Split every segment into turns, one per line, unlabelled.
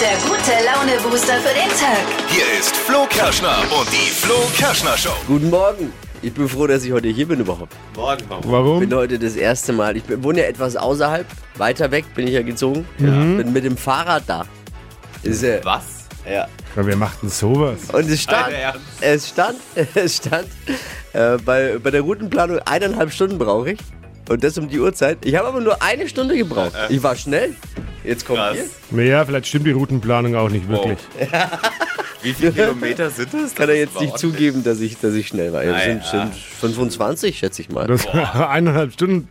Der gute Laune-Booster für den Tag.
Hier ist Flo Kerschner und die Flo Kerschner Show.
Guten Morgen. Ich bin froh, dass ich heute hier bin überhaupt.
Warum?
Bin heute das erste Mal. Ich bin, wohne ja etwas außerhalb, weiter weg bin ich ja gezogen.
Mhm.
Bin mit dem Fahrrad da. Ist, äh,
Was?
ja.
Weil wir machten sowas.
Und es stand,
Alter, Ernst?
es stand, es stand äh, bei, bei der Routenplanung eineinhalb Stunden brauche ich. Und das um die Uhrzeit. Ich habe aber nur eine Stunde gebraucht. Ich war schnell. Jetzt kommt
Krass.
ihr.
Naja, vielleicht stimmt die Routenplanung auch nicht wirklich.
Wie viele Kilometer sind es?
Kann er jetzt
war
nicht
ordentlich.
zugeben, dass ich, dass ich schnell war. Ja,
Naja.
sind, sind 25, schätze ich mal.
Das eineinhalb Stunden,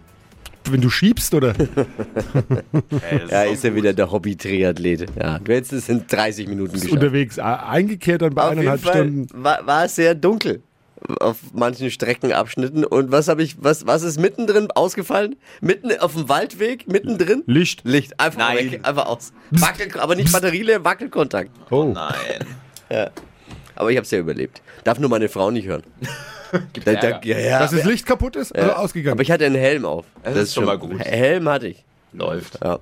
wenn du schiebst, oder?
Ey, das
Ja,
doch
ist ja
gut.
wieder der Hobby-Triathlet. Ja, du hättest es in 30 Minuten geschafft.
Unterwegs a- eingekehrt dann bei
Auf jeden
eineinhalb
Fall
Stunden.
war, war es sehr dunkel auf manchen Streckenabschnitten. Und was habe ich, was, was ist mittendrin ausgefallen? Mitten auf dem Waldweg, mittendrin?
Licht.
Licht, einfach
Nein.
weg, einfach aus. Wackel, aber nicht Batterieleer, Wackelkontakt.
Oh.
Nein.
Aber ich habe es ja überlebt. Darf nur meine Frau nicht hören. da, da, ja, ja.
Dass das Licht kaputt ist oder ausgegangen?
Aber ich hatte einen Helm auf.
Das ist schon mal gut.
Helm hatte ich.
Läuft.
Ja.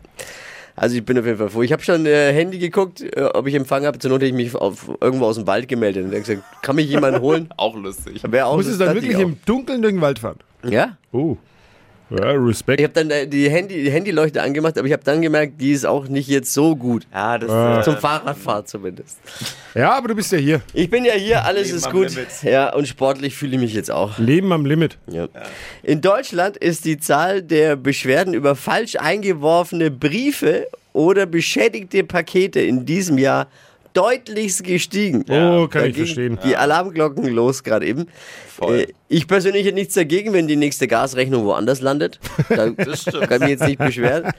Also ich bin auf jeden Fall froh. Ich habe schon äh, Handy geguckt, äh, ob ich Empfang habe. Zur Not hätte ich mich auf, irgendwo aus dem Wald gemeldet und dann gesagt, kann mich jemand holen?
Auch lustig.
Wer auch
Muss
das
es dann
dachte ich
wirklich im Dunkeln durch den Wald fahren?
auch. Ja?
Oh. Ja,
Ich
Respekt.
habe dann äh, die, Handy, die Handyleuchte angemacht, aber ich habe dann gemerkt, die ist auch nicht jetzt so gut.
Ja, das
Zum Fahrradfahren zumindest.
Ja, aber du bist ja hier.
Ich bin ja hier, alles
Leben
ist
am
gut.
Limit.
Ja, und sportlich fühle ich mich jetzt auch.
Leben am Limit.
Ja. In Deutschland ist die Zahl der Beschwerden über falsch eingeworfene Briefe oder beschädigte Pakete in diesem Jahr deutlichst gestiegen. Da
Oh, kann ich
ging
verstehen.
Die Alarmglocken los gerade eben.
Voll.
Äh, Ich persönlich hätte nichts dagegen, wenn die nächste Gasrechnung woanders landet. Da
Das stimmt.
kann ich mich jetzt nicht beschweren.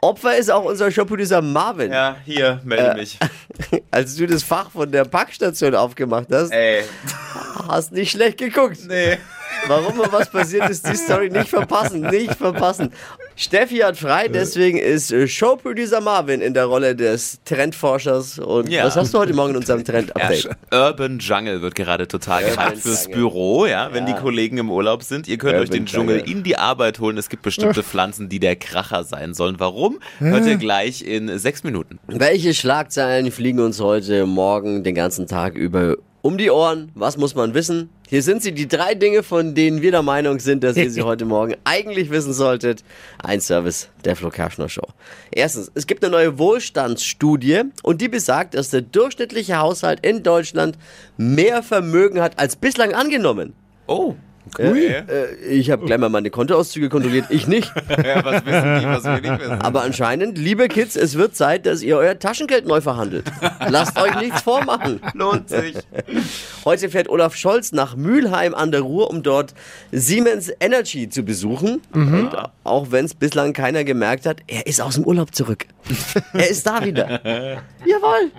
Opfer ist auch unser Shoppoliser Marvin.
Ja, hier,
Äh.
melde mich.
Als du das Fach von der Packstation aufgemacht hast,
Ey.
hast nicht schlecht geguckt.
Nee.
Warum und was passiert ist, die Story nicht verpassen, nicht verpassen. Steffi hat frei, deswegen ist äh, Showproducer Marvin in der Rolle des Trendforschers. Und
Ja.
was hast du heute Morgen in unserem Trend-Update?
Urban Jungle wird gerade total gehypt fürs
Jungle.
Büro, ja, wenn die Kollegen im Urlaub sind. Ihr könnt
Urban
euch den Dschungel
Jungle.
in die Arbeit holen. Es gibt bestimmte Pflanzen, die der Kracher sein sollen. Warum? Hört ihr gleich in sechs Minuten.
Welche Schlagzeilen fliegen uns heute Morgen den ganzen Tag über um die Ohren? Was muss man wissen? Hier sind sie, die drei Dinge, von denen wir der Meinung sind, dass ihr sie heute Morgen eigentlich wissen solltet. Ein Service der Flo Kerschner Show. Erstens, es gibt eine neue Wohlstandsstudie und die besagt, dass der durchschnittliche Haushalt in Deutschland mehr Vermögen hat als bislang angenommen.
Oh.
Ui.
Äh, ich habe gleich mal meine Kontoauszüge kontrolliert, ich nicht.
Ja, was wissen die, was wir nicht wissen?
Aber anscheinend, liebe Kids, es wird Zeit, dass ihr euer Taschengeld neu verhandelt. Lasst euch nichts vormachen.
Lohnt sich.
Heute fährt Olaf Scholz nach Mülheim an der Ruhr, um dort Siemens Energy zu besuchen. Und auch wenn es bislang keiner gemerkt hat, er ist aus dem Urlaub zurück. er ist da wieder. Jawohl.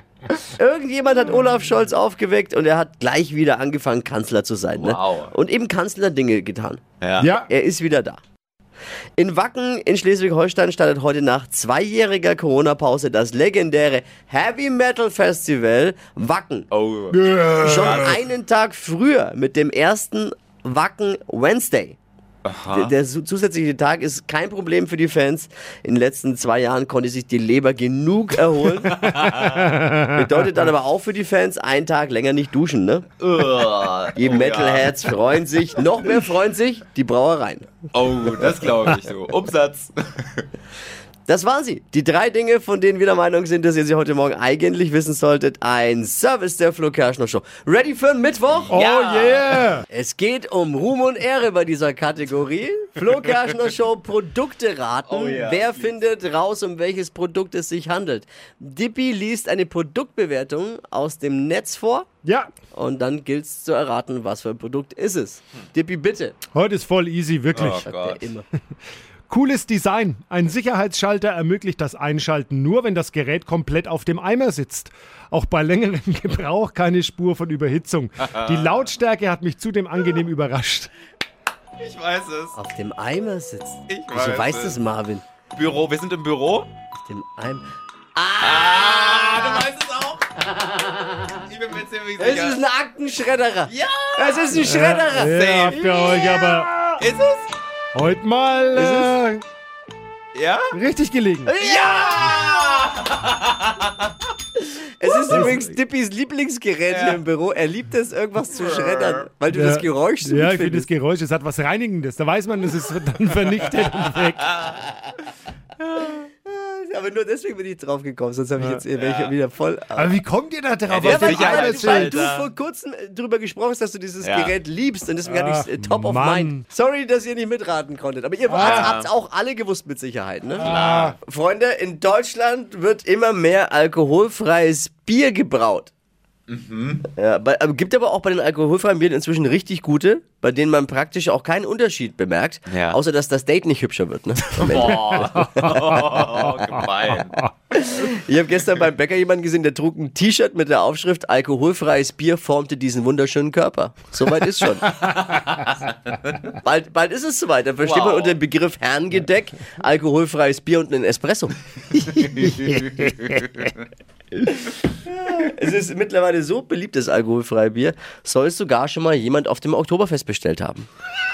Irgendjemand hat Olaf Scholz aufgeweckt und er hat gleich wieder angefangen, Kanzler zu sein. Ne?
Wow.
Und eben Kanzlerdinge getan.
Ja.
Ja,
Er ist wieder da. In Wacken in Schleswig-Holstein startet heute nach zweijähriger Corona-Pause das legendäre Heavy Metal Festival Wacken
Oh.
schon einen Tag früher mit dem ersten Wacken Wednesday. Der, der zu- zusätzliche Tag ist kein Problem für die Fans. In den letzten zwei Jahren konnte sich die Leber genug erholen. Bedeutet dann aber auch für die Fans einen Tag länger nicht duschen. Ne? Die
Die
Metalheads freuen sich, noch mehr freuen sich die Brauereien.
Oh, das glaube ich so. Umsatz.
Das waren sie. Die drei Dinge, von denen wir der Meinung sind, dass ihr sie heute Morgen eigentlich wissen solltet. Ein Service der Flo Kerschner Show. Ready für einen Mittwoch?
Oh yeah!
Es geht um Ruhm und Ehre bei dieser Kategorie. Flo Kerschner Show Produkte raten.
Oh ja,
Wer findet raus, um welches Produkt es sich handelt? Dippy liest eine Produktbewertung aus dem Netz vor
Ja,
und dann gilt es zu erraten, was für ein Produkt ist es. Dippy, bitte.
heute ist voll easy, wirklich.
Oh Gott.
Immer.
Cooles Design. Ein Sicherheitsschalter ermöglicht das Einschalten nur, wenn das Gerät komplett auf dem Eimer sitzt. Auch bei längerem Gebrauch keine Spur von Überhitzung. Die Lautstärke hat mich zudem angenehm überrascht.
Ich weiß es.
Auf dem Eimer sitzt. Also,
Ich
Wieso
weiß
weiß
es.
das Marvin?
Büro, wir sind im Büro.
Auf dem Eimer.
Ah, du weißt es auch. Ich bin mir ziemlich
Es ist
sicher.
ein Aktenschredderer. Ja! Es ist ein Schredderer.
Ja, für euch aber
Ist es?
heute mal
Ja?
äh, richtig gelegen.
Ja!
übrigens Dippis Lieblingsgerät hier im Büro. Er liebt es, irgendwas zu schreddern, weil du
Ja.
das Geräusch so
Ja,
gut
ich finde das
findest.
Geräusch, es hat was Reinigendes. Da weiß man, es ist dann vernichtet und weg.
Aber nur deswegen bin ich drauf gekommen, sonst habe ich jetzt ja. welche wieder voll.
Aber wie kommt ihr da drauf?
Ja,
auf
weil,
den
weil,
Sicherheit-
weil
Arbeitsschild?
du
Alter.
vor kurzem äh, drüber gesprochen hast, dass du dieses
Ja.
Gerät liebst und deswegen hatte ich äh,
Ach,
top of
Mann.
mind. Sorry, dass ihr nicht mitraten konntet, aber ihr
Ah.
habt es auch alle gewusst mit Sicherheit, ne? Freunde, in Deutschland wird immer mehr alkoholfreies Bier gebraut.
Mhm.
Ja, bei, aber gibt aber auch bei den alkoholfreien Bieren inzwischen richtig gute, bei denen man praktisch auch keinen Unterschied bemerkt,
Ja.
außer dass das Date nicht hübscher wird. Ne? Am Ende.
Boah, oh, gemein.
Ich habe gestern beim Bäcker jemanden gesehen, der trug ein T-Shirt mit der Aufschrift Alkoholfreies Bier formte diesen wunderschönen Körper. Soweit ist schon. bald, bald ist es soweit. Dann versteht
Wow.
man unter dem Begriff Herrengedeck alkoholfreies Bier und einen Espresso. es ist mittlerweile so beliebtes alkoholfreie Bier, soll es sogar schon mal jemand auf dem Oktoberfest bestellt haben.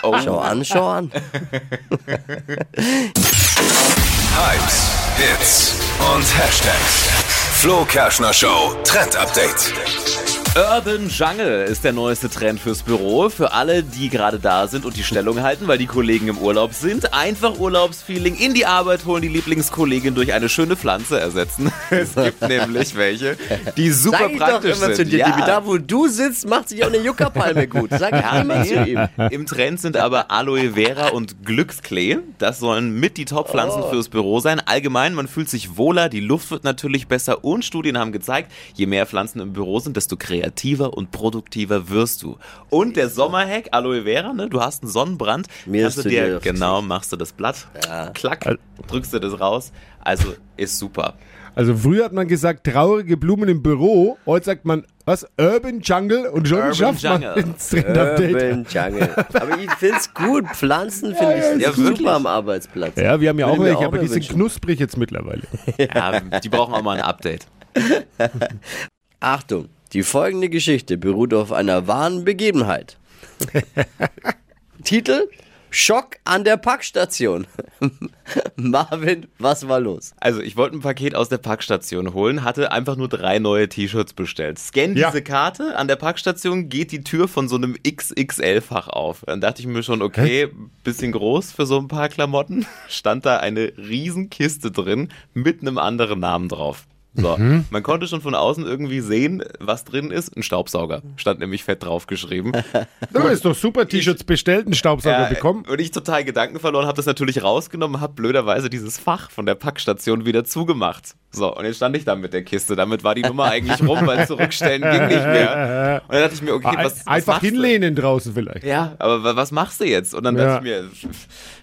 Oh.
Schau an, schau an.
Hypes, Hits und Hashtags. Flo Kerschner Show Trend Update.
Urban Jungle ist der neueste Trend fürs Büro. Für alle, die gerade da sind und die Stellung halten, weil die Kollegen im Urlaub sind. Einfach Urlaubsfeeling in die Arbeit holen, die Lieblingskollegin durch eine schöne Pflanze ersetzen. Es gibt nämlich welche, die super
Sag ich doch
praktisch
immer
sind.
zu dir,
Ja.
Dibi, da wo du sitzt, macht sich auch eine Juckerpalme gut. Sag ich immer zu ihm.
Im Trend sind aber Aloe Vera und Glücksklee. Das sollen mit die Top-Pflanzen
Oh.
fürs Büro sein. Allgemein, man fühlt sich wohler, die Luft wird natürlich besser und Studien haben gezeigt, je mehr Pflanzen im Büro sind, desto kreativer und produktiver wirst du. Und der Sommerhack, Aloe Vera, ne? du hast einen Sonnenbrand.
Mir
kannst
ist
du
zu
dir,
dir auf die
genau, machst du das Blatt, klack, drückst du das raus. Also ist super.
Also früher hat man gesagt, traurige Blumen im Büro. Heute sagt man, was? Urban Jungle? Und schon
Urban
schafft man
Jungle.
ins Trend Update.
Urban Jungle. Aber ich find's gut. Pflanzen finde ich
Ja,
super
wirklich.
am Arbeitsplatz.
Ja, wir haben ja
Würde
auch
mir
welche,
auch
aber
mal
die sind
wünschen.
knusprig jetzt mittlerweile.
Ja, Ähm, die brauchen auch mal ein Update.
Achtung, die folgende Geschichte beruht auf einer wahren Begebenheit. Titel: Schock an der Packstation. Marvin, was war los?
Also, ich wollte ein Paket aus der Packstation holen, hatte einfach nur drei neue T-Shirts bestellt. Scan
Ja.
diese Karte, an der Packstation geht die Tür von so einem XXL-Fach auf. Dann dachte ich mir schon, okay, bisschen groß für so ein paar Klamotten. Stand da eine Riesenkiste drin mit einem anderen Namen drauf. So, man konnte schon von außen irgendwie sehen, was drin ist. Ein Staubsauger. Stand nämlich fett drauf geschrieben.
Du hast doch super T-Shirts bestellt, einen Staubsauger
Ja, äh,
bekommen.
Und ich total Gedanken verloren, habe das natürlich rausgenommen, habe blöderweise dieses Fach von der Packstation wieder zugemacht. So, und jetzt stand ich da mit der Kiste. Damit war die Nummer eigentlich rum, weil zurückstellen ging nicht mehr. Und dann dachte ich mir, okay,
Ein-
was, was
Einfach
machst du?
hinlehnen draußen vielleicht.
Ja, aber wa- was machst du jetzt? Und dann dachte
Ja.
ich mir,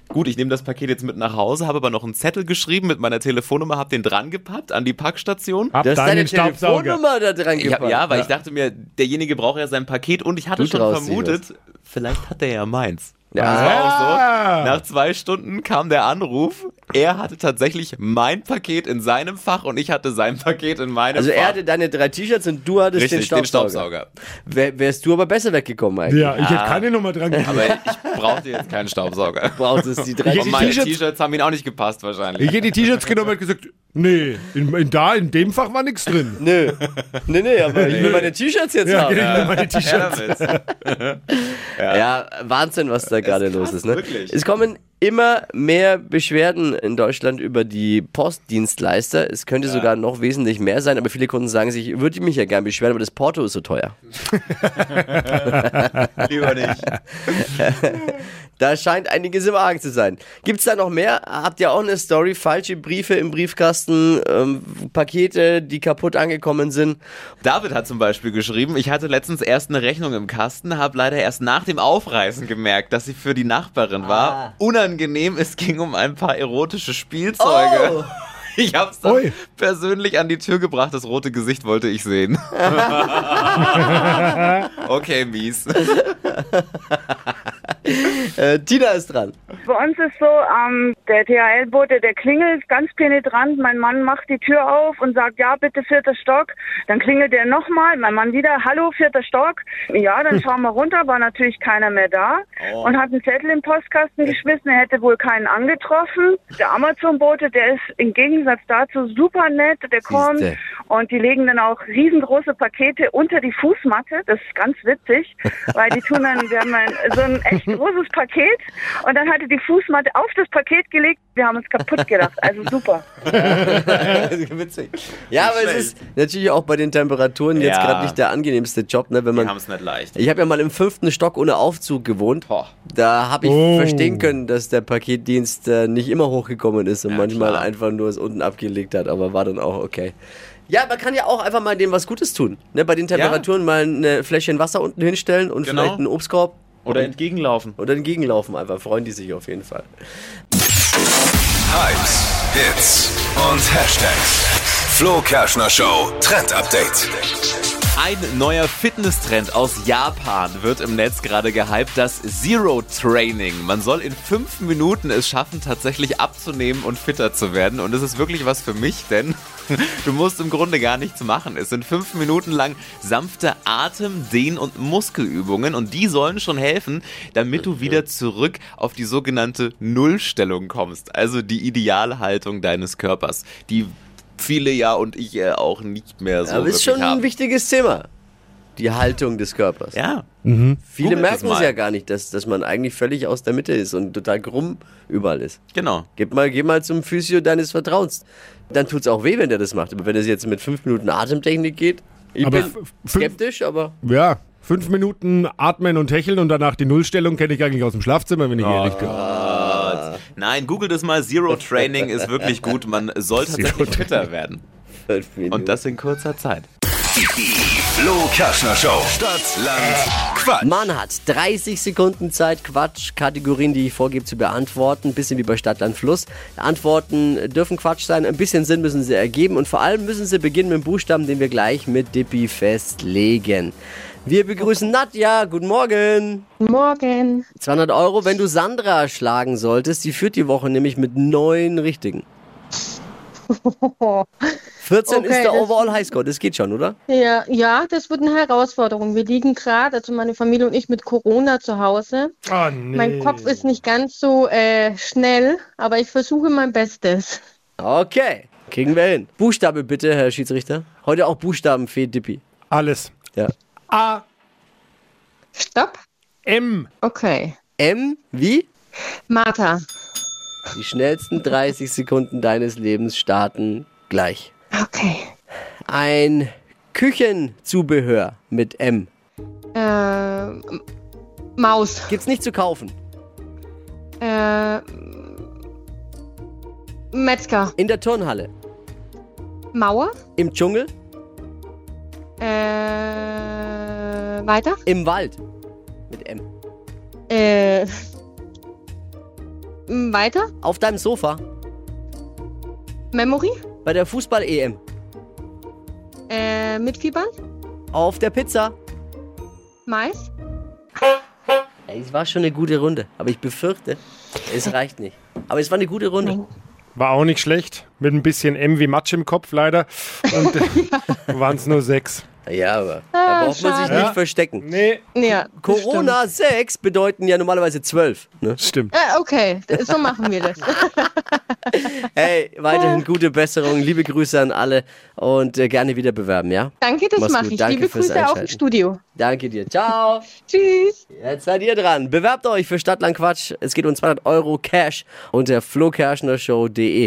gut, ich nehme das Paket jetzt mit nach Hause, habe aber noch einen Zettel geschrieben mit meiner Telefonnummer, habe den dran gepappt an die Packstation.
Hab
Da ist deine
deinen Staubsauger.
Telefonnummer da dran
Ich hab,
gepackt.
ja, weil ich dachte mir, derjenige braucht ja sein Paket und ich hatte
Du
schon
traust dich
vermutet, vielleicht hat er ja meins.
Ja.
Das war auch
Ah.
so. Nach zwei Stunden kam der Anruf, er hatte tatsächlich mein Paket in seinem Fach und ich hatte sein Paket in meinem
Also
Fach.
er hatte deine drei T-Shirts und du hattest
Richtig,
den Staubsauger. Wär, wärst du aber besser weggekommen eigentlich.
Ja, ich hätte keine Nummer dran gegeben.
Aber ich brauchte jetzt keinen Staubsauger.
Brauchst es die drei
Ich-
Und meine
T-Shirts-
T-Shirts haben ihn auch nicht gepasst wahrscheinlich.
Ich hätte die T-Shirts genommen und gesagt, nee, in, in da, in dem Fach war nichts drin.
Nö. Nee, nee, aber ich will meine T-Shirts jetzt
Ja,
haben.
genau, meine
Ja,
T-Shirts.
damit.
Ja, Wahnsinn, was da gerade
krass,
los ist. Ne?
wirklich.
Es kommen immer mehr Beschwerden in Deutschland über die Postdienstleister. Es könnte sogar noch wesentlich mehr sein, aber viele Kunden sagen sich, ich würde mich ja gern beschweren, aber das Porto ist so teuer.
Lieber nicht.
Da scheint einiges im Argen zu sein. Gibt's da noch mehr? Habt ihr auch eine Story? Falsche Briefe im Briefkasten, ähm, Pakete, die kaputt angekommen sind.
David hat zum Beispiel geschrieben, ich hatte letztens erst eine Rechnung im Kasten, habe leider erst nach dem Aufreißen gemerkt, dass sie für die Nachbarin war. Unangenehm, es ging um ein paar erotische Spielzeuge. Ich hab's dann
Ui.
persönlich an die Tür gebracht, das rote Gesicht wollte ich sehen. okay, mies.
Äh, Tina ist dran.
Bei uns ist so, ähm, der DHL-Bote, der klingelt ganz penetrant. Mein Mann macht die Tür auf und sagt, ja, bitte vierter Stock. Dann klingelt er nochmal. Mein Mann wieder, hallo, vierter Stock. Ja, dann schauen wir runter, war natürlich keiner mehr da. Und hat einen Zettel im Postkasten geschmissen. Er hätte wohl keinen angetroffen. Der Amazon-Bote, der ist im Gegensatz dazu super nett. Der kommt Und die legen dann auch riesengroße Pakete unter die Fußmatte. Das ist ganz witzig, weil die tun dann, wir haben ein, so ein echt großes Paket und dann hatte die Fußmatte auf das Paket gelegt. Wir haben uns kaputt gedacht. Also super.
Witzig.
Ja, aber es ist natürlich auch bei den Temperaturen jetzt
Ja.
gerade nicht der angenehmste Job, ne? Wenn
Wir
man
haben es nicht leicht.
Ich habe ja mal im fünften Stock ohne Aufzug gewohnt.
Boah.
Da habe ich
Oh.
verstehen können, dass der Paketdienst äh, nicht immer hochgekommen ist und
Ja,
manchmal
klar.
einfach nur es unten abgelegt hat, aber war dann auch okay. Ja, man kann ja auch einfach mal dem was Gutes tun. Ne, bei den Temperaturen mal ein Fläschchen Wasser unten hinstellen und
Genau.
vielleicht einen Obstkorb
Oder entgegenlaufen.
und dann gegenlaufen einfach. Freuen die sich auf jeden Fall.
Hypes, Hits und Hashtags. Flo Kerschner Show Trend Update.
Ein neuer Fitnesstrend aus Japan wird im Netz gerade gehypt, das Zero Training. Man soll in fünf Minuten es schaffen, tatsächlich abzunehmen und fitter zu werden. Und das ist wirklich was für mich, denn du musst im Grunde gar nichts machen. Es sind fünf Minuten lang sanfte Atem-, Dehn- und Muskelübungen. Und die sollen schon helfen, damit du wieder zurück auf die sogenannte Nullstellung kommst. Also die Idealhaltung deines Körpers. Die viele ja und ich ja auch nicht mehr so
aber ist
wirklich
schon
haben.
ein wichtiges Thema. Die Haltung des Körpers.
Ja.
Viele
Googelt es
merken es
mal.
ja gar nicht, dass, dass man eigentlich völlig aus der Mitte ist und total krumm überall ist.
Genau.
Gib mal, geh mal zum Physio deines Vertrauens. Dann tut's auch weh, wenn der das macht. Aber wenn es jetzt mit fünf Minuten Atemtechnik geht, ich
Aber
bin
f- fünf-
skeptisch, aber
Ja, fünf Minuten atmen und hecheln und danach die Nullstellung kenne ich eigentlich aus dem Schlafzimmer, wenn ich ehrlich bin.
Nein, google das mal. Zero Training ist wirklich gut. Man soll tatsächlich fitter werden.
fünf Minuten.
Und das in kurzer Zeit.
Die Flo Kerschner Show. Stadt, Land, Quatsch.
Man hat 30 Sekunden Zeit, Quatsch, Kategorien, die ich vorgebe, zu beantworten. Ein bisschen wie bei Stadt, Land, Fluss. Antworten dürfen Quatsch sein, ein bisschen Sinn müssen sie ergeben und vor allem müssen sie beginnen mit dem Buchstaben, den wir gleich mit Dippi festlegen. Wir begrüßen Nadja. Guten Morgen.
Morgen.
200 Euro, wenn du Sandra schlagen solltest. Die führt die Woche nämlich mit neun richtigen. 14
Okay,
ist der
das-
Overall Highscore, das geht schon, oder?
Ja, ja, das wird eine Herausforderung. Wir liegen gerade, also meine Familie und ich, mit Corona zu Hause.
Ah, nee.
Mein Kopf ist nicht ganz so äh, schnell, aber ich versuche mein Bestes.
Okay, kriegen wir hin. Buchstabe bitte, Herr Schiedsrichter. Heute auch Buchstaben fehlt Dippi.
Alles.
Ja.
A,
Stopp.
M.
Okay.
M wie?
Martha.
Die schnellsten 30 Sekunden deines Lebens starten gleich.
Okay.
Ein Küchenzubehör mit M.
Äh, Maus.
Gibt's nicht zu kaufen.
Äh, Metzger.
In der Turnhalle.
Mauer.
Im Dschungel.
Äh, weiter.
Im Wald. Mit M.
Äh, weiter.
Auf deinem Sofa.
Memory.
Bei der Fußball-EM.
Äh, mit Fiebern.
Auf der Pizza.
Mais.
Es war schon eine gute Runde, aber ich befürchte, es reicht nicht. Aber es war eine gute Runde.
War auch nicht schlecht. Mit ein bisschen M wie Matsch im Kopf leider. Und waren es nur sechs.
Ja, aber da
Ah,
braucht man sich
schade.
nicht
Ja.
verstecken.
Nee.
Ja, das
Corona 6 bedeuten ja normalerweise 12. Ne?
Stimmt.
stimmt. Äh, okay, d- so machen wir das.
Hey, weiterhin gute Besserung, liebe Grüße an alle und äh, gerne wieder bewerben, ja?
Danke, das
Mach's
mache
gut,
ich.
danke
Liebe
fürs
Grüße auch im
Einschalten.
Studio.
Danke dir, ciao.
Tschüss.
Jetzt seid ihr dran. Bewerbt euch für Stadtland Quatsch. Es geht um 200 Euro Cash unter flokerschnershow.de.